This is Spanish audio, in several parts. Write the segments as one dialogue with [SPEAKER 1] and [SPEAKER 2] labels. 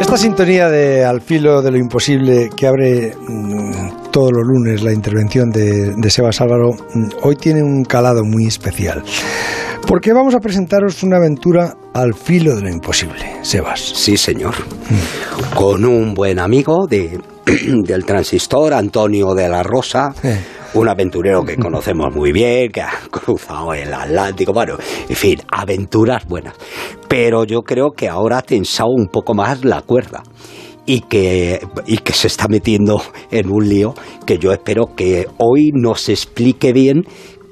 [SPEAKER 1] Esta sintonía de Al filo de lo imposible que abre mm, todos los lunes la intervención de, de Sebas Álvaro mm, hoy tiene un calado muy especial. Porque vamos a presentaros una aventura al filo de lo imposible, Sebas.
[SPEAKER 2] Sí, señor. Con un buen amigo de, del transistor, Antonio de la Rosa.
[SPEAKER 1] Eh.
[SPEAKER 2] Un aventurero que conocemos muy bien, que ha cruzado el Atlántico, bueno, en fin, aventuras buenas. Pero yo creo que ahora ha tensado un poco más la cuerda y que, y que se está metiendo en un lío que yo espero que hoy nos explique bien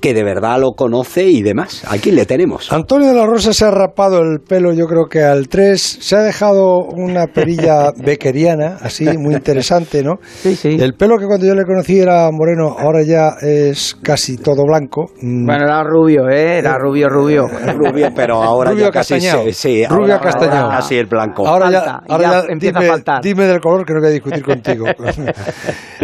[SPEAKER 2] que de verdad lo conoce y demás. Aquí le tenemos.
[SPEAKER 1] Antonio de la Rosa se ha rapado el pelo, yo creo que al 3, se ha dejado una perilla bequeriana, así, muy interesante, ¿no?
[SPEAKER 3] Sí, sí.
[SPEAKER 1] El pelo que cuando yo le conocí era moreno, ahora ya es casi todo blanco. Mm,
[SPEAKER 3] Bueno, era rubio, ¿eh? Era rubio, rubio.
[SPEAKER 2] Rubio, pero ahora
[SPEAKER 1] Rubio
[SPEAKER 2] ya casi
[SPEAKER 1] castañado.
[SPEAKER 2] se- sí,
[SPEAKER 1] Rubio
[SPEAKER 2] ahora-
[SPEAKER 1] castañado.
[SPEAKER 2] ahora casi el blanco.
[SPEAKER 1] Ahora ya,
[SPEAKER 3] Falta, y
[SPEAKER 1] ahora
[SPEAKER 3] ya
[SPEAKER 1] ya
[SPEAKER 3] empieza a
[SPEAKER 1] dime,
[SPEAKER 3] faltar.
[SPEAKER 1] dime del color que no voy a discutir contigo.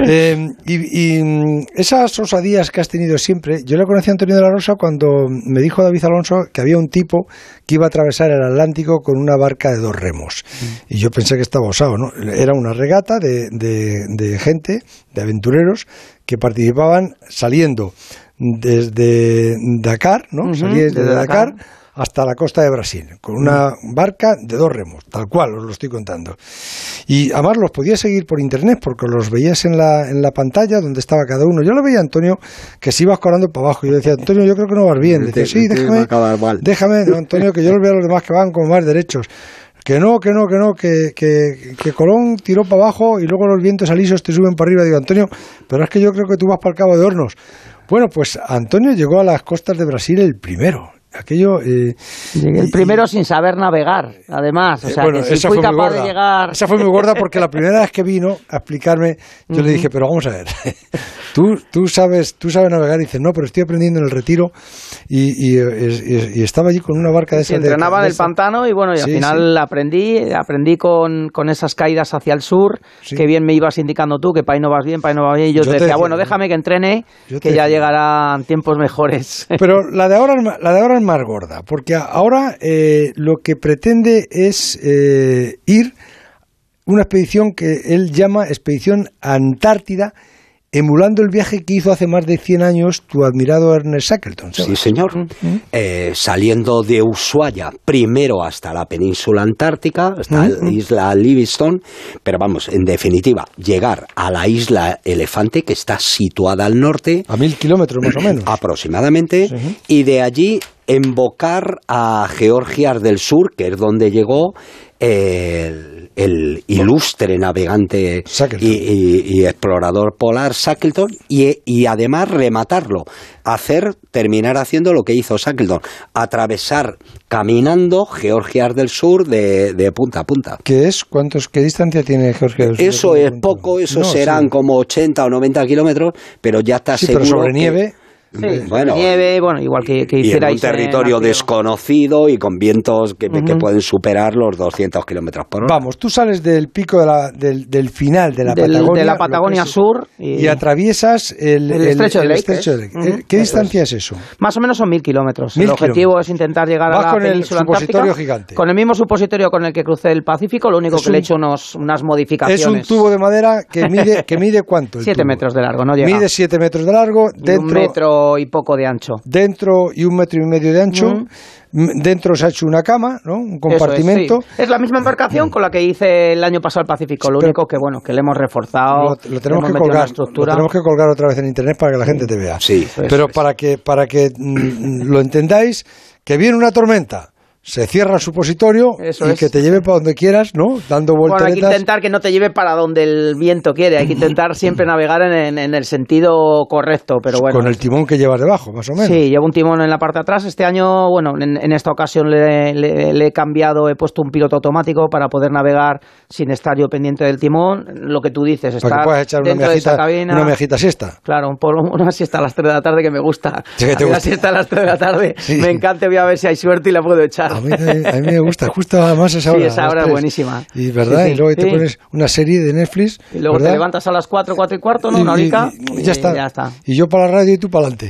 [SPEAKER 1] Eh, y, y, mm, esas osadías que has tenido siempre, yo le conocí a Antonio de la Rosa cuando me dijo David Alonso que había un tipo que iba a atravesar el Atlántico con una barca de dos remos. Y yo pensé que estaba osado, ¿no? Era una regata de, de- de gente, de aventureros, que participaban saliendo desde Dakar, ¿no?
[SPEAKER 3] Ujú,
[SPEAKER 1] Salía desde,
[SPEAKER 3] desde
[SPEAKER 1] Dakar,
[SPEAKER 3] Dakar.
[SPEAKER 1] hasta la costa de Brasil, con una barca de dos remos, tal cual os lo estoy contando. Y además los podía seguir por internet porque los veías en la, en la pantalla donde estaba cada uno. Yo lo veía a Antonio que se iba escorando para abajo. Yo decía, Antonio, yo creo que no vas bien. Decía,
[SPEAKER 2] Te-
[SPEAKER 1] sí,
[SPEAKER 2] te va a
[SPEAKER 1] déjame,
[SPEAKER 2] acabar mal".
[SPEAKER 1] déjame, no, Antonio, que yo los veo a los demás que van con más derechos. Que no, que no, que no, que, que, que Colón tiró para abajo y luego los vientos alisos te suben para arriba. Digo, Antonio, pero es que yo creo que tú vas para el Cabo de Hornos. Bueno, pues Antonio llegó a las costas de Brasil el primero. Aquello. eh,
[SPEAKER 3] Llegué el
[SPEAKER 1] y-
[SPEAKER 3] primero sin saber navegar, además. O
[SPEAKER 1] eh,
[SPEAKER 3] sea,
[SPEAKER 1] bueno,
[SPEAKER 3] que si
[SPEAKER 1] esa
[SPEAKER 3] fui
[SPEAKER 1] fue muy
[SPEAKER 3] capaz de
[SPEAKER 1] gorda.
[SPEAKER 3] llegar...
[SPEAKER 1] Esa fue muy gorda porque la primera vez que vino a explicarme, yo le dije, pero vamos a ver, tú, tú, sabes, tú sabes navegar y dice, no, pero estoy aprendiendo en el retiro y, y, eh, es- es- y estaba allí con una barca de
[SPEAKER 3] Sí,
[SPEAKER 1] esas de-
[SPEAKER 3] entrenaba en
[SPEAKER 1] de
[SPEAKER 3] el
[SPEAKER 1] esas-
[SPEAKER 3] pantano y bueno, y al
[SPEAKER 1] Sí,
[SPEAKER 3] final aprendí, aprendí con, con esas caídas hacia el sur,
[SPEAKER 1] Sí.
[SPEAKER 3] que bien me ibas indicando tú, que para ahí no vas bien, para ahí no vas bien, y yo, te decía, bueno, déjame que entrene,
[SPEAKER 1] Yo te
[SPEAKER 3] que ya
[SPEAKER 1] decía.
[SPEAKER 3] llegarán tiempos mejores.
[SPEAKER 1] Pero la de ahora es ma- la de ahora es más gorda, porque a- ahora eh, lo que pretende es eh, ir una expedición que él llama expedición Antártida, emulando el viaje que hizo hace más de 100 años tu admirado Ernest Shackleton.
[SPEAKER 2] Sí,
[SPEAKER 1] ¿sabes?
[SPEAKER 2] señor.
[SPEAKER 1] ¿Mm?
[SPEAKER 2] Eh, saliendo de Ushuaia, primero hasta la península antártica,
[SPEAKER 1] ¿Mm?
[SPEAKER 2] hasta la isla Livingstone, pero vamos, en definitiva, llegar a la isla Elefante, que está situada al norte,
[SPEAKER 1] A mil kilómetros más o menos.
[SPEAKER 2] aproximadamente, y de allí embocar a Georgia del Sur, que es donde llegó el, el ilustre navegante y,
[SPEAKER 1] Shackleton.
[SPEAKER 2] y- y explorador polar Shackleton, y, y además rematarlo, hacer, terminar haciendo lo que hizo Shackleton, atravesar caminando Georgia del Sur de, de punta a punta.
[SPEAKER 1] ¿Qué es? ¿Cuántos, ¿Qué distancia tiene Georgia del Sur?
[SPEAKER 2] Eso es poco, eso
[SPEAKER 1] No, sí.
[SPEAKER 2] serán como 80 o 90 kilómetros, pero ya está
[SPEAKER 1] Sí, pero
[SPEAKER 2] seguro.
[SPEAKER 1] sobre
[SPEAKER 2] que-
[SPEAKER 1] nieve.
[SPEAKER 3] Sí,
[SPEAKER 2] Bueno,
[SPEAKER 3] nieve, bueno, igual que, que
[SPEAKER 2] y en un
[SPEAKER 3] hicierais, eh,
[SPEAKER 2] territorio
[SPEAKER 3] Nacio.
[SPEAKER 2] desconocido y con vientos que, que
[SPEAKER 3] Ujú.
[SPEAKER 2] pueden superar los 200 kilómetros por hora.
[SPEAKER 1] Vamos, tú sales del pico de la- del, del final de la
[SPEAKER 3] Del- de
[SPEAKER 1] Patagonia.
[SPEAKER 3] la
[SPEAKER 1] lo que
[SPEAKER 3] Patagonia
[SPEAKER 1] es-
[SPEAKER 3] sur y-
[SPEAKER 1] Y atraviesas el,
[SPEAKER 3] El estrecho de Drake,
[SPEAKER 1] estrecho
[SPEAKER 3] ¿eh?
[SPEAKER 1] de Drake.
[SPEAKER 3] Ujú.
[SPEAKER 1] Eh, ¿Qué distancia es eso?
[SPEAKER 3] Más o menos son mil kilómetros.
[SPEAKER 1] Mil
[SPEAKER 3] el objetivo
[SPEAKER 1] kilómetros.
[SPEAKER 3] es intentar llegar
[SPEAKER 1] Vas
[SPEAKER 3] a la
[SPEAKER 1] con el
[SPEAKER 3] península
[SPEAKER 1] supositorio
[SPEAKER 3] antártica.
[SPEAKER 1] gigante.
[SPEAKER 3] Con el mismo supositorio con el que crucé el Pacífico, lo único
[SPEAKER 1] Es
[SPEAKER 3] que le he
[SPEAKER 1] un-
[SPEAKER 3] hecho unos, unas
[SPEAKER 1] Es un
[SPEAKER 3] modificaciones.
[SPEAKER 1] tubo de madera que mide, que mide cuánto. el
[SPEAKER 3] Siete
[SPEAKER 1] tubo?
[SPEAKER 3] metros de largo, no llega.
[SPEAKER 1] Mide 7 metros de largo,
[SPEAKER 3] Y un
[SPEAKER 1] dentro,
[SPEAKER 3] metro y poco de ancho.
[SPEAKER 1] dentro y un metro y medio de ancho.
[SPEAKER 3] Ujú.
[SPEAKER 1] M- Dentro se ha hecho una cama, ¿no? un
[SPEAKER 3] Eso es,
[SPEAKER 1] compartimento.
[SPEAKER 3] sí. Es, la misma embarcación con la que hice el año pasado el Pacífico. Lo
[SPEAKER 1] Pero-
[SPEAKER 3] único que, bueno, que le hemos reforzado.
[SPEAKER 1] Lo, lo tenemos
[SPEAKER 3] le hemos
[SPEAKER 1] que
[SPEAKER 3] metido una
[SPEAKER 1] colgar, lo
[SPEAKER 3] estructura.
[SPEAKER 1] tenemos que colgar otra vez en internet para que la gente te vea.
[SPEAKER 2] Sí, eso
[SPEAKER 1] Pero para que para que mm, lo entendáis, que viene una tormenta, se cierra el supositorio
[SPEAKER 3] Eso
[SPEAKER 1] y
[SPEAKER 3] es.
[SPEAKER 1] que te lleve para donde quieras, ¿no? Dando
[SPEAKER 3] Bueno, hay que
[SPEAKER 1] volteretas.
[SPEAKER 3] intentar que no te lleve para donde el viento quiere. Hay que intentar siempre navegar en, en- en el sentido correcto. Pero bueno,
[SPEAKER 1] Con el timón que llevas debajo, más o menos.
[SPEAKER 3] Sí, llevo un timón en la parte de atrás. Este año, bueno, en, en esta ocasión le, le- le he cambiado, he puesto un piloto automático para poder navegar sin estar yo pendiente del timón. Lo que tú dices,
[SPEAKER 1] para que
[SPEAKER 3] estar
[SPEAKER 1] puedas echar una
[SPEAKER 3] dentro de esa
[SPEAKER 1] mejita,
[SPEAKER 3] cabina.
[SPEAKER 1] una mejita siesta.
[SPEAKER 3] Claro, un polvo, una siesta a las 3 de la tarde que me gusta.
[SPEAKER 1] Sí, que te
[SPEAKER 3] A
[SPEAKER 1] gusta.
[SPEAKER 3] mí La siesta a las 3 de la tarde
[SPEAKER 1] Sí.
[SPEAKER 3] me encanta, voy a ver si hay suerte y la puedo echar.
[SPEAKER 1] A mí, también- a mí me gusta, justo además esa
[SPEAKER 3] Sí,
[SPEAKER 1] hora.
[SPEAKER 3] esa
[SPEAKER 1] a las
[SPEAKER 3] hora es
[SPEAKER 1] tres.
[SPEAKER 3] buenísima.
[SPEAKER 1] Y verdad,
[SPEAKER 3] Sí, sí,
[SPEAKER 1] y luego te
[SPEAKER 3] sí.
[SPEAKER 1] pones una serie de Netflix.
[SPEAKER 3] Y luego
[SPEAKER 1] ¿verdad?
[SPEAKER 3] te levantas a las 4, 4 y cuarto, ¿no? Una
[SPEAKER 1] Y- y-
[SPEAKER 3] horica.
[SPEAKER 1] y ya, está.
[SPEAKER 3] Y, ya está.
[SPEAKER 1] y yo para la radio y tú para adelante.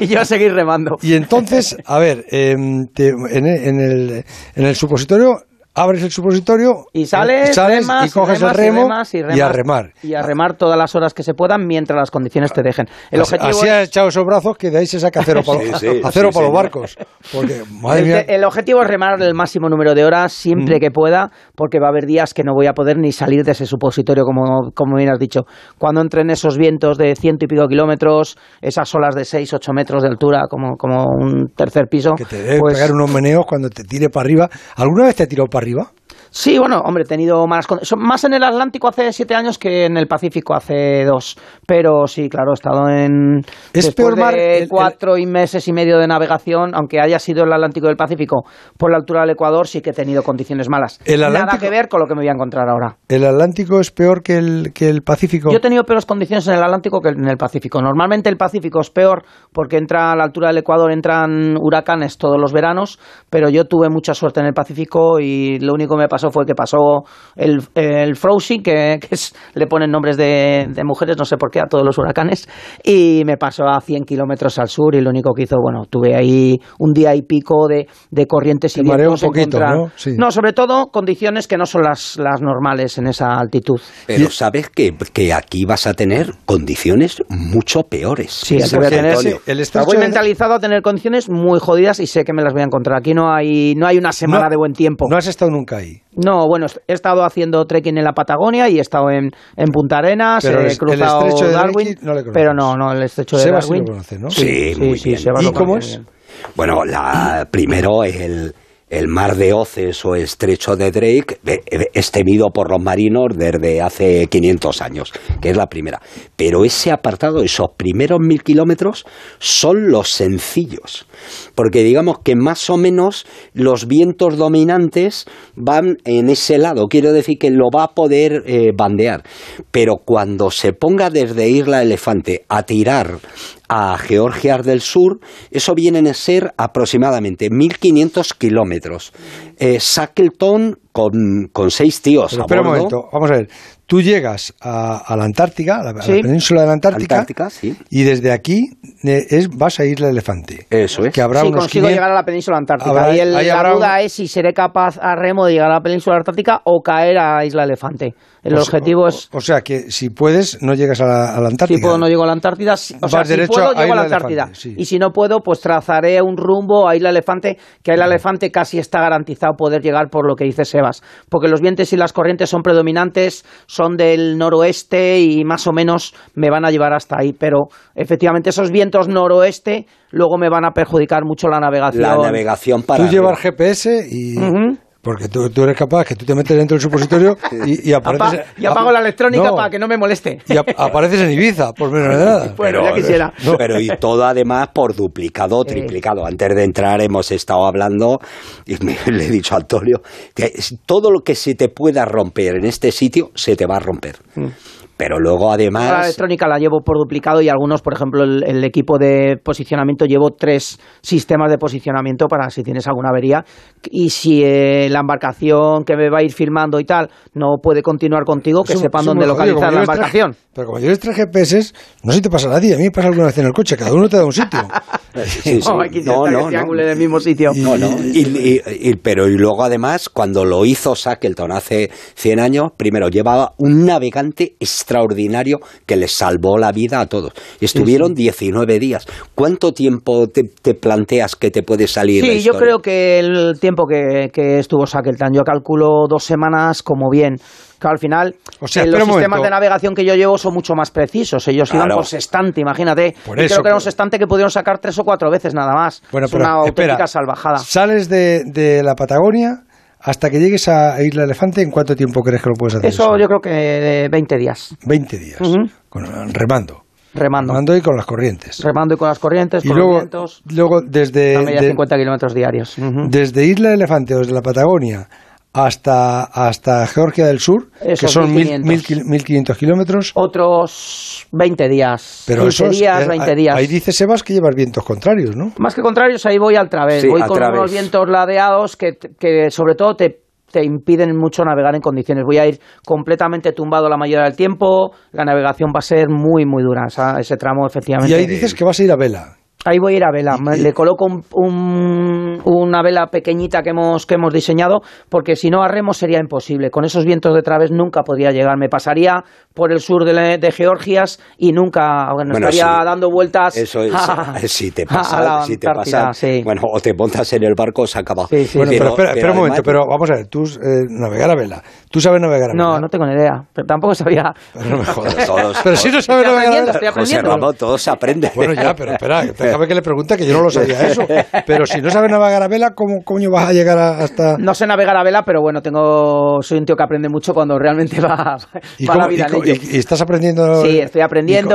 [SPEAKER 3] Y yo a seguir remando.
[SPEAKER 1] Y entonces, a ver, em, te- en, e- en el, en el supositorio abres el supositorio
[SPEAKER 3] Y sales,
[SPEAKER 1] eh, sales
[SPEAKER 3] remas,
[SPEAKER 1] y coges
[SPEAKER 3] remas,
[SPEAKER 1] el remo
[SPEAKER 3] y, remas, y, remas,
[SPEAKER 1] a remar. Ah,
[SPEAKER 3] Y a remar todas las horas que se puedan mientras las condiciones te dejen. El
[SPEAKER 1] así
[SPEAKER 3] objetivo
[SPEAKER 1] así
[SPEAKER 3] es-
[SPEAKER 1] ha echado esos brazos que de ahí se saca cero para,
[SPEAKER 2] Sí, sí,
[SPEAKER 1] a cero
[SPEAKER 2] sí,
[SPEAKER 1] para los
[SPEAKER 2] señor.
[SPEAKER 1] barcos. Porque, madre
[SPEAKER 3] el,
[SPEAKER 1] mía,
[SPEAKER 3] el objetivo es remar el máximo número de horas siempre que pueda, porque va a haber días que no voy a poder ni salir de ese supositorio, como, como bien has dicho. Cuando entren esos vientos de ciento y pico kilómetros, esas olas de 6, 8 metros de altura, como, como un tercer piso.
[SPEAKER 1] que te debe
[SPEAKER 3] pues-
[SPEAKER 1] pegar unos meneos cuando te tire para arriba. ¿Alguna vez te ha tirado para arriba?
[SPEAKER 3] Sí, bueno, hombre, he tenido malas con- son Más en el Atlántico hace siete años que en el Pacífico hace dos. Pero sí, claro, he estado en.
[SPEAKER 1] Es
[SPEAKER 3] después
[SPEAKER 1] peor
[SPEAKER 3] de
[SPEAKER 1] mar el- el-
[SPEAKER 3] cuatro y meses y medio de navegación, aunque haya sido el Atlántico y el Pacífico por la altura del Ecuador, sí que he tenido condiciones malas.
[SPEAKER 1] El
[SPEAKER 3] Nada
[SPEAKER 1] Atlántico-
[SPEAKER 3] que ver con lo que me voy a encontrar ahora.
[SPEAKER 1] ¿El Atlántico es peor que el, que el Pacífico?
[SPEAKER 3] Yo he tenido peores condiciones en el Atlántico que en el Pacífico. Normalmente el Pacífico es peor porque entra a la altura del Ecuador, entran huracanes todos los veranos, pero yo tuve mucha suerte en el Pacífico y lo único que me pasó fue que pasó el, el Frozy, que, que es- le ponen nombres de, de mujeres, no sé por qué, a todos los huracanes, y me pasó a 100 kilómetros al sur y lo único que hizo, bueno, tuve ahí un día y pico de, de corrientes
[SPEAKER 1] Te
[SPEAKER 3] y
[SPEAKER 1] marea un
[SPEAKER 3] vientos en
[SPEAKER 1] poquito,
[SPEAKER 3] contra.
[SPEAKER 1] ¿no? Sí.
[SPEAKER 3] No, sobre todo condiciones que no son las, las normales en esa altitud.
[SPEAKER 2] Pero sabes que, que aquí vas a tener condiciones mucho peores.
[SPEAKER 3] Sí, el que voy a
[SPEAKER 1] porque
[SPEAKER 3] tener.
[SPEAKER 1] ese-
[SPEAKER 2] Antonio.
[SPEAKER 1] el
[SPEAKER 3] Pero
[SPEAKER 1] estrecho
[SPEAKER 3] voy
[SPEAKER 1] de-
[SPEAKER 3] mentalizado a tener condiciones muy jodidas y sé que me las voy a encontrar. Aquí no hay, no hay una semana
[SPEAKER 1] No-
[SPEAKER 3] de buen tiempo.
[SPEAKER 1] No
[SPEAKER 3] No,
[SPEAKER 1] has estado nunca ahí.
[SPEAKER 3] bueno, he estado haciendo trekking en la Patagonia y he estado en, en Punta Arenas,
[SPEAKER 1] Pero
[SPEAKER 3] he
[SPEAKER 1] el- el
[SPEAKER 3] cruzado
[SPEAKER 1] estrecho de
[SPEAKER 3] Darwin,
[SPEAKER 1] Drake no le conoces.
[SPEAKER 3] pero no, no, el estrecho de
[SPEAKER 1] Sebas sí
[SPEAKER 3] Darwin.
[SPEAKER 1] lo conoce, ¿no?
[SPEAKER 2] Sí, muy bien.
[SPEAKER 3] Sebas
[SPEAKER 1] ¿Y
[SPEAKER 3] lo conoce
[SPEAKER 1] cómo
[SPEAKER 3] muy
[SPEAKER 1] es?
[SPEAKER 3] bien.
[SPEAKER 2] Bueno, la, primero el, el mar de Oces o estrecho de Drake eh, eh, es temido por los marinos desde hace 500 años, que es la primera. Pero ese apartado, esos primeros mil kilómetros, son los sencillos. Porque digamos que más o menos los vientos dominantes van en ese lado. Quiero decir que lo va a poder eh, bandear. Pero cuando se ponga desde Isla Elefante a tirar a Georgia del Sur, eso vienen a ser aproximadamente 1.500 kilómetros. Eh, Shackleton con, con seis tíos
[SPEAKER 1] Pero
[SPEAKER 3] Pues
[SPEAKER 2] a
[SPEAKER 1] Pues espera un
[SPEAKER 2] bordo.
[SPEAKER 1] momento, vamos a ver. Tú llegas a, a la Antártica, a la, a la
[SPEAKER 3] Sí.
[SPEAKER 1] península de la Antártica,
[SPEAKER 2] Antártica, sí.
[SPEAKER 1] y desde aquí eh, es, vas a Isla Elefante.
[SPEAKER 2] Eso es.
[SPEAKER 1] Que habrá
[SPEAKER 3] Sí,
[SPEAKER 1] unos
[SPEAKER 3] consigo
[SPEAKER 1] 500
[SPEAKER 3] llegar a la península antártica.
[SPEAKER 1] Habrá-
[SPEAKER 3] y el-
[SPEAKER 1] ahí
[SPEAKER 3] la
[SPEAKER 1] habrá
[SPEAKER 3] duda
[SPEAKER 1] un-
[SPEAKER 3] es si seré capaz a remo de llegar a la península antártica o caer a Isla Elefante. El
[SPEAKER 1] O sea,
[SPEAKER 3] objetivo
[SPEAKER 1] Pues, o-
[SPEAKER 3] es
[SPEAKER 1] O, sea, que si puedes, no llegas a la, a la Antártica.
[SPEAKER 3] Si puedo, no llego a la Antártida. Si- O
[SPEAKER 1] Vas
[SPEAKER 3] sea, si
[SPEAKER 1] derecho
[SPEAKER 3] puedo,
[SPEAKER 1] a
[SPEAKER 3] llego a la
[SPEAKER 1] Isla
[SPEAKER 3] Antártida.
[SPEAKER 1] Elefante, sí.
[SPEAKER 3] Y si no puedo, pues trazaré un rumbo a Isla Elefante, que a Isla Elefante casi está garantizado poder llegar por lo que dice Sebas. Porque los vientos y las corrientes son predominantes, son del noroeste y más o menos me van a llevar hasta ahí. Pero efectivamente, esos vientos noroeste luego me van a perjudicar mucho la navegación.
[SPEAKER 2] La navegación para.
[SPEAKER 1] Tú llevas
[SPEAKER 2] arriba.
[SPEAKER 1] GPS y...
[SPEAKER 3] Ujú.
[SPEAKER 1] Porque tú, tú eres capaz que tú te metes dentro del supositorio y, y
[SPEAKER 3] Apa-
[SPEAKER 1] apareces...
[SPEAKER 3] y apago la electrónica
[SPEAKER 1] No,
[SPEAKER 3] para que no me moleste.
[SPEAKER 1] Y ap- apareces en Ibiza, por menos de nada.
[SPEAKER 3] Bueno, ya quisiera.
[SPEAKER 2] no, pero y todo además por duplicado o
[SPEAKER 3] Sí.
[SPEAKER 2] triplicado. Antes de entrar hemos estado hablando y me- le he dicho a Antonio que es- todo lo que se te pueda romper en este sitio se te va a romper.
[SPEAKER 3] Mm.
[SPEAKER 2] Pero luego
[SPEAKER 3] Ahora la
[SPEAKER 2] además
[SPEAKER 3] electrónica la llevo por duplicado y algunos, por ejemplo, el, el equipo de posicionamiento llevo tres sistemas de posicionamiento para si tienes alguna avería y si eh, la embarcación que me va a ir firmando y tal no puede continuar contigo, que
[SPEAKER 1] Eso-
[SPEAKER 3] sepan
[SPEAKER 1] eso
[SPEAKER 3] dónde
[SPEAKER 1] me lo jodido,
[SPEAKER 3] localizar
[SPEAKER 1] como
[SPEAKER 3] la
[SPEAKER 1] yo les traje-
[SPEAKER 3] embarcación.
[SPEAKER 1] pero como yo les traje GPS, no sé si te pasará a ti, a mí me pasa alguna vez en el coche, cada uno te da un sitio.
[SPEAKER 2] Sí, sí.
[SPEAKER 3] No, hay que intentar que se angule en el mismo sitio.
[SPEAKER 2] No, no. Y- y- y- pero y luego además, cuando lo hizo Shackleton hace 100 años, primero llevaba un navegante extraordinario que les salvó la vida a todos. Estuvieron 19 días. ¿Cuánto tiempo te, te planteas que te puede salir? la
[SPEAKER 3] Sí, yo
[SPEAKER 2] historia?
[SPEAKER 3] creo que el tiempo que, que estuvo Shackleton, yo calculo dos semanas como bien. Claro, al final,
[SPEAKER 1] O sea,
[SPEAKER 3] eh, los
[SPEAKER 1] espera un
[SPEAKER 3] sistemas
[SPEAKER 1] momento.
[SPEAKER 3] de navegación que yo llevo son mucho más precisos. Ellos
[SPEAKER 2] Claro.
[SPEAKER 3] iban por sextante, imagínate.
[SPEAKER 1] Por
[SPEAKER 3] Yo
[SPEAKER 1] eso,
[SPEAKER 3] creo que era
[SPEAKER 1] pero-
[SPEAKER 3] un sextante que pudieron sacar tres o cuatro veces nada más.
[SPEAKER 1] Bueno,
[SPEAKER 3] es
[SPEAKER 1] pero
[SPEAKER 3] una
[SPEAKER 1] espera,
[SPEAKER 3] auténtica salvajada.
[SPEAKER 1] Sales de, de la Patagonia hasta que llegues a Isla Elefante, ¿en cuánto tiempo crees que lo puedes hacer?
[SPEAKER 3] Eso yo creo que eh, 20 días,
[SPEAKER 1] 20 días,
[SPEAKER 3] Ujú.
[SPEAKER 1] con- remando.
[SPEAKER 3] remando.
[SPEAKER 1] Remando y con las corrientes.
[SPEAKER 3] Remando y con las corrientes,
[SPEAKER 1] y
[SPEAKER 3] con los
[SPEAKER 1] luego,
[SPEAKER 3] vientos,
[SPEAKER 1] luego desde,
[SPEAKER 3] una media de
[SPEAKER 1] de-
[SPEAKER 3] 50 kilómetros diarios. Ujú.
[SPEAKER 1] desde Isla Elefante o desde la Patagonia hasta, hasta Georgia del Sur,
[SPEAKER 3] Esos
[SPEAKER 1] que son mil-
[SPEAKER 3] 1500.
[SPEAKER 1] mil kil- 1500 kilómetros.
[SPEAKER 3] Otros 20 días,
[SPEAKER 1] Pero
[SPEAKER 3] 15
[SPEAKER 1] esos,
[SPEAKER 3] días,
[SPEAKER 1] eh,
[SPEAKER 3] 20
[SPEAKER 1] ahí-
[SPEAKER 3] días.
[SPEAKER 1] Ahí dice Sebas que llevas vientos contrarios, ¿no?
[SPEAKER 3] Más que contrarios, ahí voy al través.
[SPEAKER 2] Sí,
[SPEAKER 3] voy
[SPEAKER 2] al
[SPEAKER 3] con
[SPEAKER 2] través.
[SPEAKER 3] unos vientos ladeados que, que sobre todo te, te impiden mucho navegar en condiciones. Voy a ir completamente tumbado la mayoría del tiempo. La navegación va a ser muy, muy dura. Esa- ese tramo, efectivamente.
[SPEAKER 1] Y ahí dices que vas a ir a vela.
[SPEAKER 3] Ahí voy a ir a vela. Le coloco un- un- una vela pequeñita que hemos, que hemos diseñado, porque si no a remo sería imposible. Con esos vientos de través nunca podría llegar. Me pasaría por el sur de, la- de Georgias y nunca bueno,
[SPEAKER 2] Bueno,
[SPEAKER 3] estaría
[SPEAKER 2] sí.
[SPEAKER 3] dando vueltas.
[SPEAKER 2] Eso es, eh, si te
[SPEAKER 3] a la
[SPEAKER 2] pasa, si te
[SPEAKER 3] Antártida,
[SPEAKER 2] pasa,
[SPEAKER 3] sí.
[SPEAKER 2] bueno, o te montas en el barco, se acaba.
[SPEAKER 3] Sí, sí.
[SPEAKER 1] Bueno, pero, espera, espera un
[SPEAKER 2] además-
[SPEAKER 1] momento, pero vamos a ver, tú eh, navegar a vela. Tú sabes navegar a vela.
[SPEAKER 3] no, no tengo ni idea. Pero tampoco sabía.
[SPEAKER 1] Pero no me jodas.
[SPEAKER 2] Todos-
[SPEAKER 1] pero si no sabes
[SPEAKER 3] Estoy
[SPEAKER 1] navegar a vela.
[SPEAKER 3] aprendiendo,
[SPEAKER 2] José
[SPEAKER 3] estoy aprendiendo.
[SPEAKER 2] Ramón, todo se aprende.
[SPEAKER 1] Bueno, ya, pero espera, déjame que le pregunte que yo no lo sabía eso. Pero si no sabes navegar a vela, ¿cómo coño vas a llegar a- hasta.?
[SPEAKER 3] No sé navegar a vela, pero bueno, tengo soy un tío que aprende mucho cuando realmente va,
[SPEAKER 1] ¿Y,
[SPEAKER 3] va la
[SPEAKER 1] cómo-
[SPEAKER 3] vida
[SPEAKER 1] y
[SPEAKER 3] en
[SPEAKER 1] co-
[SPEAKER 3] ello.
[SPEAKER 1] y- y estás aprendiendo.
[SPEAKER 3] Sí, estoy aprendiendo.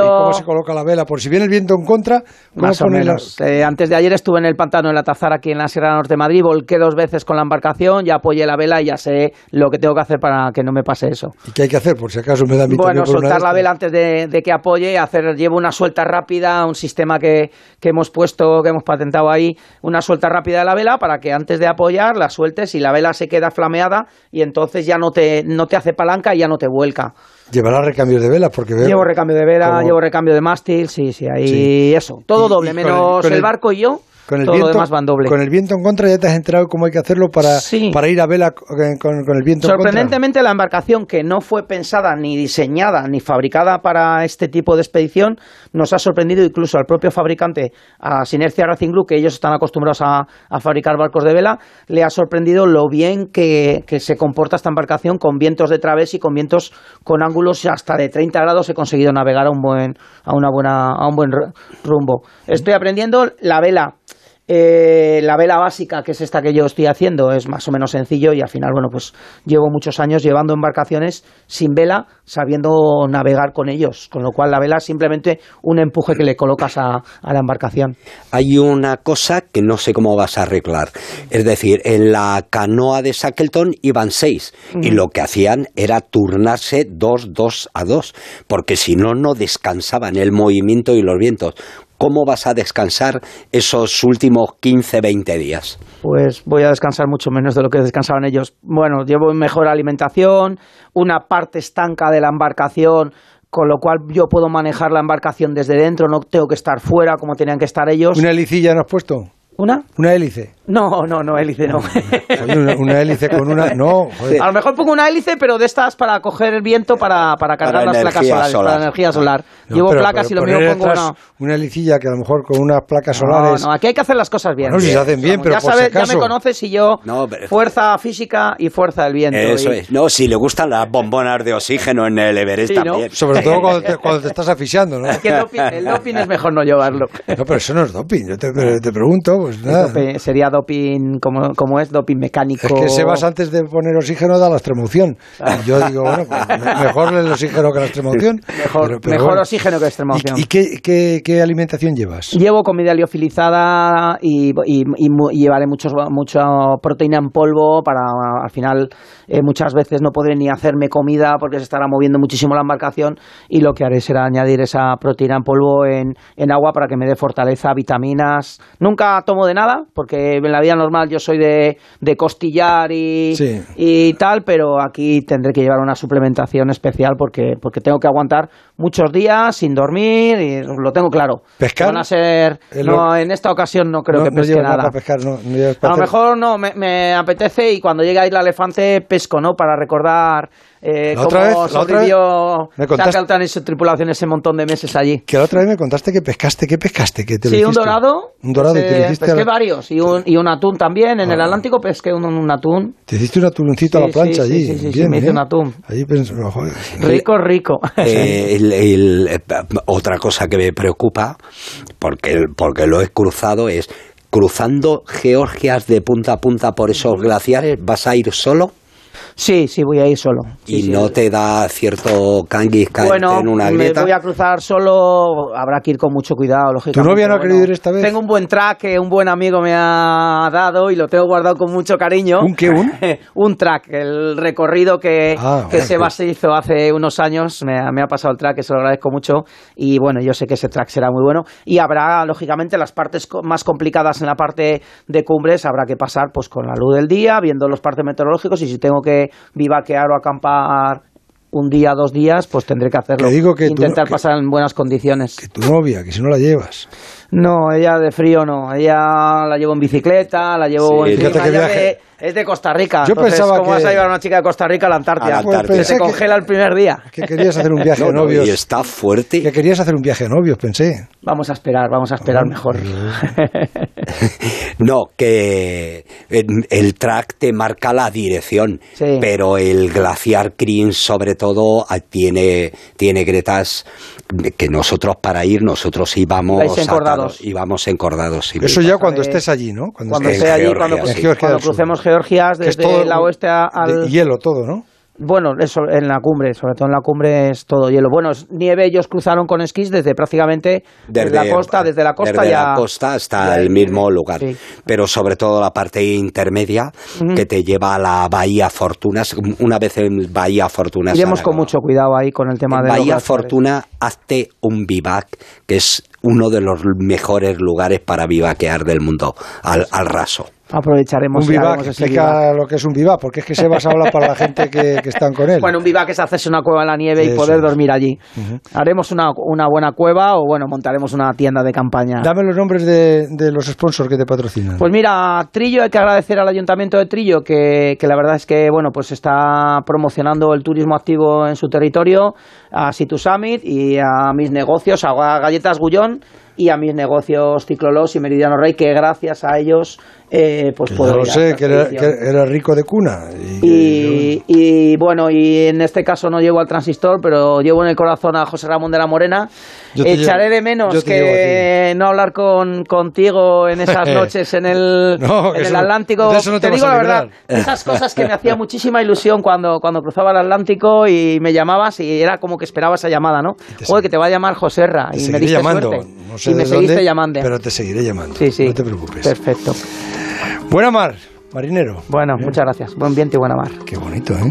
[SPEAKER 1] ¿Y co- y cómo se coloca la vela? Por si viene el viento en contra, ¿cómo
[SPEAKER 3] Más o
[SPEAKER 1] pones la-
[SPEAKER 3] menos. Eh, antes de ayer estuve en el pantano de la Tazara, aquí en la Sierra Norte de Madrid, volqué dos veces con la embarcación, ya apoyé la vela y ya sé lo que tengo que hacer para que no me pase eso.
[SPEAKER 1] ¿Y qué hay que hacer? Por si acaso me da mi
[SPEAKER 3] Bueno,
[SPEAKER 1] toque por una
[SPEAKER 3] soltar
[SPEAKER 1] de
[SPEAKER 3] la
[SPEAKER 1] estas.
[SPEAKER 3] vela antes de, de que apoye, hacer, llevo una suelta rápida, un sistema que, que hemos puesto, que hemos patentado ahí, una suelta rápida de la vela para que antes de apoyar la sueltes y la vela se queda flameada y entonces ya no te, no te hace palanca y ya no te vuelca.
[SPEAKER 1] Llevará recambios de velas, porque veo.
[SPEAKER 3] Llevo recambio de vela,
[SPEAKER 1] como-
[SPEAKER 3] llevo recambio de mástil, sí, sí, ahí
[SPEAKER 1] Sí.
[SPEAKER 3] eso. Todo
[SPEAKER 1] Y-
[SPEAKER 3] doble,
[SPEAKER 1] y con el-
[SPEAKER 3] menos
[SPEAKER 1] con
[SPEAKER 3] el,
[SPEAKER 1] el-
[SPEAKER 3] barco y yo,
[SPEAKER 1] Con el,
[SPEAKER 3] todo lo
[SPEAKER 1] viento,
[SPEAKER 3] demás van doble.
[SPEAKER 1] con el viento en contra ya te has enterado cómo hay que hacerlo para,
[SPEAKER 3] Sí.
[SPEAKER 1] para ir a vela con, con- con el viento en contra.
[SPEAKER 3] Sorprendentemente, la embarcación que no fue pensada, ni diseñada, ni fabricada para este tipo de expedición, nos ha sorprendido incluso al propio fabricante, a Sinercia Racing Group, que ellos están acostumbrados a, a fabricar barcos de vela, le ha sorprendido lo bien que, que se comporta esta embarcación con vientos de través y con vientos con ángulos hasta de 30 grados. He conseguido navegar a un buen, a una buena, a un buen ru- rumbo. Estoy aprendiendo la vela. Eh, la vela básica, que es esta que yo estoy haciendo, es más o menos sencillo y al final, bueno, pues llevo muchos años llevando embarcaciones sin vela, sabiendo navegar con ellos, con lo cual la vela es simplemente un empuje que le colocas a, a la embarcación.
[SPEAKER 2] Hay una cosa que no sé cómo vas a arreglar. Es decir, en la canoa de Shackleton iban seis y lo que hacían era turnarse dos, dos a dos, porque si no, no descansaban el movimiento y los vientos. ¿Cómo vas a descansar esos últimos 15, 20 días?
[SPEAKER 3] Pues voy a descansar mucho menos de lo que descansaban ellos. Bueno, llevo mejor alimentación, una parte estanca de la embarcación, con lo cual yo puedo manejar la embarcación desde dentro, no tengo que estar fuera como tenían que estar ellos.
[SPEAKER 1] ¿Una helicilla no has puesto?
[SPEAKER 3] ¿Una?
[SPEAKER 1] ¿Una hélice?
[SPEAKER 3] No, no, no, hélice no.
[SPEAKER 1] Oye, una, una hélice con una. No, joder.
[SPEAKER 3] A lo mejor pongo una hélice, pero de estas para coger el viento para, para
[SPEAKER 2] Para
[SPEAKER 3] cargar las placas
[SPEAKER 2] energía
[SPEAKER 3] solares,
[SPEAKER 2] solar.
[SPEAKER 3] para energía solar.
[SPEAKER 1] No,
[SPEAKER 3] Llevo
[SPEAKER 1] pero- pero
[SPEAKER 3] placas y lo
[SPEAKER 1] poner
[SPEAKER 3] mismo pongo
[SPEAKER 1] detrás
[SPEAKER 3] una.
[SPEAKER 1] Una helicilla que a lo mejor con unas placas solares.
[SPEAKER 3] No, no, aquí hay que hacer las cosas bien.
[SPEAKER 1] Bueno, si se hacen bien,
[SPEAKER 3] Ramón,
[SPEAKER 1] pero
[SPEAKER 3] ya,
[SPEAKER 1] por si
[SPEAKER 3] sabes, ya
[SPEAKER 1] acaso.
[SPEAKER 3] me conoces y yo,
[SPEAKER 2] No, pero-
[SPEAKER 3] fuerza física y fuerza del viento.
[SPEAKER 2] Eso
[SPEAKER 3] y-
[SPEAKER 2] es. No, si le gustan las bombonas de oxígeno en el Everest
[SPEAKER 3] Sí, ¿no?
[SPEAKER 2] también.
[SPEAKER 1] Sobre todo cuando te, cuando te estás asfixiando, ¿no?
[SPEAKER 3] Es que el doping, el doping es mejor no llevarlo.
[SPEAKER 1] No, pero eso no es doping. Yo te, pero te pregunto, pues
[SPEAKER 3] El
[SPEAKER 1] nada.
[SPEAKER 3] dope- sería doping, como, como es, doping mecánico.
[SPEAKER 1] Es que Sebas antes de poner oxígeno da la extremoción. Y yo digo, bueno, pues, me- mejor el oxígeno que la extremoción.
[SPEAKER 3] Mejor- mejor oxígeno que extremoción.
[SPEAKER 1] ¿Y, y qué, qué- qué alimentación llevas?
[SPEAKER 3] Llevo comida liofilizada y, y- y mu- y llevaré muchos, mucha proteína en polvo para al final eh, muchas veces no podré ni hacerme comida porque se estará moviendo muchísimo la embarcación y lo que haré será añadir esa proteína en polvo en, en agua para que me dé fortaleza, vitaminas. Nunca tomo de nada porque en la vida normal yo soy de, de costillar y,
[SPEAKER 1] Sí.
[SPEAKER 3] y tal, pero aquí tendré que llevar una suplementación especial porque, porque tengo que aguantar muchos días sin dormir y lo tengo claro.
[SPEAKER 1] ¿Pescar?
[SPEAKER 3] No Van a ser.
[SPEAKER 1] El
[SPEAKER 3] No,
[SPEAKER 1] or-
[SPEAKER 3] en esta ocasión no creo
[SPEAKER 1] no,
[SPEAKER 3] que
[SPEAKER 1] no
[SPEAKER 3] pesque
[SPEAKER 1] llevas
[SPEAKER 3] nada.
[SPEAKER 1] para pescar, no, no llevas
[SPEAKER 3] a
[SPEAKER 1] para
[SPEAKER 3] lo
[SPEAKER 1] hacer-
[SPEAKER 3] mejor no, me, me apetece y cuando llegue a Isla Elefante pesco, ¿no? Para recordar eh,
[SPEAKER 1] La otra
[SPEAKER 3] cómo
[SPEAKER 1] vez- la otra
[SPEAKER 3] sobrevivió
[SPEAKER 1] vez me contaste-
[SPEAKER 3] Shackleton y su tripulación ese montón de meses allí.
[SPEAKER 1] Que la otra vez me contaste que pescaste, ¿qué pescaste? Que te lo
[SPEAKER 3] Sí, un
[SPEAKER 1] hiciste.
[SPEAKER 3] dorado.
[SPEAKER 1] Un dorado, y te
[SPEAKER 3] eh,
[SPEAKER 1] lo hiciste, a
[SPEAKER 3] pesqué
[SPEAKER 1] la-
[SPEAKER 3] varios y un, y un atún también. En el
[SPEAKER 1] Ah.
[SPEAKER 3] Atlántico pesqué un, un atún.
[SPEAKER 1] te hiciste un atuncito a
[SPEAKER 3] Sí,
[SPEAKER 1] la plancha
[SPEAKER 3] sí, sí,
[SPEAKER 1] allí.
[SPEAKER 3] sí, sí, sí,
[SPEAKER 1] bien,
[SPEAKER 3] me hice
[SPEAKER 1] ¿eh?
[SPEAKER 3] un atún.
[SPEAKER 1] Allí pensé, oh, joder.
[SPEAKER 3] Rico, rico.
[SPEAKER 2] Eh, el- el- eh, otra cosa que me preocupa, porque, porque lo he cruzado, es cruzando Georgias de punta a punta por esos glaciares, vas a ir solo
[SPEAKER 3] Sí, sí, voy a ir solo. Sí,
[SPEAKER 2] y
[SPEAKER 3] sí,
[SPEAKER 2] no te da cierto canguis caerte
[SPEAKER 3] Bueno,
[SPEAKER 2] en una
[SPEAKER 3] me
[SPEAKER 2] grieta.
[SPEAKER 3] voy a cruzar solo, habrá que ir con mucho cuidado, lógicamente.
[SPEAKER 1] ¿Tu novia no ha
[SPEAKER 3] Bueno,
[SPEAKER 1] querido ir esta vez?
[SPEAKER 3] Tengo un buen track que un buen amigo me ha dado y lo tengo guardado con mucho cariño.
[SPEAKER 1] ¿Un qué, un?
[SPEAKER 3] un track, el recorrido que,
[SPEAKER 1] Ah,
[SPEAKER 3] que
[SPEAKER 1] bueno.
[SPEAKER 3] Sebas hizo hace unos años, me, ha- me ha pasado el track, que se lo agradezco mucho y bueno, yo sé que ese track será muy bueno y habrá, lógicamente, las partes co- más complicadas en la parte de cumbres habrá que pasar pues con la luz del día, viendo los partes meteorológicos y si tengo que vivaquear o acampar un día, dos días, pues tendré que hacerlo.
[SPEAKER 1] Que digo que tú-
[SPEAKER 3] Intentar
[SPEAKER 1] que-
[SPEAKER 3] pasar en buenas condiciones.
[SPEAKER 1] Que tu novia, que si no la llevas.
[SPEAKER 3] No, ella de frío no. Ella la llevo en bicicleta, la llevo
[SPEAKER 2] Sí,
[SPEAKER 3] en
[SPEAKER 1] fíjate que
[SPEAKER 3] ella
[SPEAKER 1] viaje.
[SPEAKER 3] de- es de Costa Rica.
[SPEAKER 1] Yo
[SPEAKER 3] Entonces,
[SPEAKER 1] pensaba
[SPEAKER 3] ¿cómo
[SPEAKER 1] que-
[SPEAKER 3] vas a llevar a una chica de Costa Rica a la Antártida?
[SPEAKER 2] A la Antártida.
[SPEAKER 1] Pues pensé
[SPEAKER 3] Se
[SPEAKER 1] que-
[SPEAKER 3] congela el primer día.
[SPEAKER 1] Que querías hacer un viaje
[SPEAKER 2] No,
[SPEAKER 1] de
[SPEAKER 2] no,
[SPEAKER 1] novios.
[SPEAKER 2] y está fuerte.
[SPEAKER 1] Que querías hacer un viaje de novios, pensé.
[SPEAKER 3] Vamos a esperar, vamos a esperar mejor.
[SPEAKER 2] No, que en- el track te marca la dirección,
[SPEAKER 3] Sí.
[SPEAKER 2] pero el glaciar Green sobre todo ah, tiene, tiene gretas que nosotros para ir nosotros íbamos
[SPEAKER 3] Ibais encordados.
[SPEAKER 2] atados, íbamos encordados. sí.
[SPEAKER 1] Eso ya
[SPEAKER 3] pasa
[SPEAKER 1] cuando
[SPEAKER 3] de-
[SPEAKER 1] estés allí, ¿no? Cuando,
[SPEAKER 3] Cuando
[SPEAKER 1] estés-
[SPEAKER 3] esté allí,
[SPEAKER 2] Georgia,
[SPEAKER 3] cuando,
[SPEAKER 2] sí.
[SPEAKER 3] cru-
[SPEAKER 1] En Georgia
[SPEAKER 3] cuando
[SPEAKER 1] del Sur.
[SPEAKER 3] crucemos Georgias
[SPEAKER 1] que es
[SPEAKER 3] desde
[SPEAKER 1] todo
[SPEAKER 3] la oeste a- al...
[SPEAKER 1] de hielo todo, ¿no?
[SPEAKER 3] Bueno, eso en la cumbre, sobre todo en la cumbre es todo hielo. Bueno, es nieve ellos cruzaron con esquís desde prácticamente desde, la costa, desde la costa
[SPEAKER 2] desde
[SPEAKER 3] ya.
[SPEAKER 2] la costa hasta
[SPEAKER 3] ya
[SPEAKER 2] el
[SPEAKER 3] hay-
[SPEAKER 2] mismo lugar.
[SPEAKER 3] Sí.
[SPEAKER 2] Pero sobre todo la parte intermedia
[SPEAKER 3] Ujú.
[SPEAKER 2] que te lleva a la Bahía Fortunas. Una vez en Bahía Fortunas.
[SPEAKER 3] Iremos con
[SPEAKER 2] Aragón.
[SPEAKER 3] mucho cuidado ahí con el tema
[SPEAKER 2] En
[SPEAKER 3] de los
[SPEAKER 2] Bahía
[SPEAKER 3] glaciares.
[SPEAKER 2] Fortuna, hazte un vivac, que es uno de los mejores lugares para vivaquear del mundo, al, al raso.
[SPEAKER 3] Aprovecharemos
[SPEAKER 1] Un
[SPEAKER 3] y
[SPEAKER 1] vivac,
[SPEAKER 3] haremos ese
[SPEAKER 1] explica
[SPEAKER 3] vivac.
[SPEAKER 1] lo que es un vivac, porque es que Sebas habla para la gente que, que están con él.
[SPEAKER 3] Bueno, un vivac es hacerse una cueva en la nieve y
[SPEAKER 1] Eso
[SPEAKER 3] poder
[SPEAKER 1] es.
[SPEAKER 3] dormir allí. Haremos una, una buena cueva o bueno, montaremos una tienda de campaña.
[SPEAKER 1] Dame los nombres de, de los sponsors que te patrocinan.
[SPEAKER 3] Pues mira, a Trillo, hay que agradecer al Ayuntamiento de Trillo, que, que la verdad es que, bueno, pues está promocionando el turismo activo en su territorio, a Situ Summit y a mis negocios, a Galletas Gullón y a mis negocios Ciclolos y Meridiano Rey, que gracias a ellos, eh, pues
[SPEAKER 1] Que
[SPEAKER 3] puedo
[SPEAKER 1] ya lo
[SPEAKER 3] ir a
[SPEAKER 1] sé,
[SPEAKER 3] esta
[SPEAKER 1] que era,
[SPEAKER 3] expedición.
[SPEAKER 1] que era rico de cuna. Y,
[SPEAKER 3] Y, y, bueno, y en este caso no llevo al transistor, pero llevo en el corazón a José Ramón de la Morena.
[SPEAKER 1] Yo te
[SPEAKER 3] Echaré
[SPEAKER 1] llevo-
[SPEAKER 3] de menos
[SPEAKER 1] yo te llevo Eh.
[SPEAKER 3] que no hablar con, contigo en esas noches en el,
[SPEAKER 1] No, que
[SPEAKER 3] en el
[SPEAKER 1] eso no-
[SPEAKER 3] Atlántico.
[SPEAKER 1] de eso no te vas
[SPEAKER 3] digo
[SPEAKER 1] a
[SPEAKER 3] la
[SPEAKER 1] librar.
[SPEAKER 3] verdad, de esas cosas que me hacía muchísima ilusión cuando, cuando cruzaba el Atlántico y me llamabas y era como que esperaba esa llamada, ¿no? Joder, que te va a llamar José Ra.
[SPEAKER 1] te
[SPEAKER 3] Y me
[SPEAKER 1] seguiré
[SPEAKER 3] diste
[SPEAKER 1] llamando.
[SPEAKER 3] suerte.
[SPEAKER 1] No sé
[SPEAKER 3] y me
[SPEAKER 1] de
[SPEAKER 3] seguiste
[SPEAKER 1] dónde,
[SPEAKER 3] llamando.
[SPEAKER 1] Pero te seguiré llamando.
[SPEAKER 3] sí, sí.
[SPEAKER 1] No te preocupes.
[SPEAKER 3] Perfecto.
[SPEAKER 1] Buena mar, marinero.
[SPEAKER 3] Bueno, muchas gracias. Buen viento y buena mar.
[SPEAKER 1] Qué bonito, ¿eh?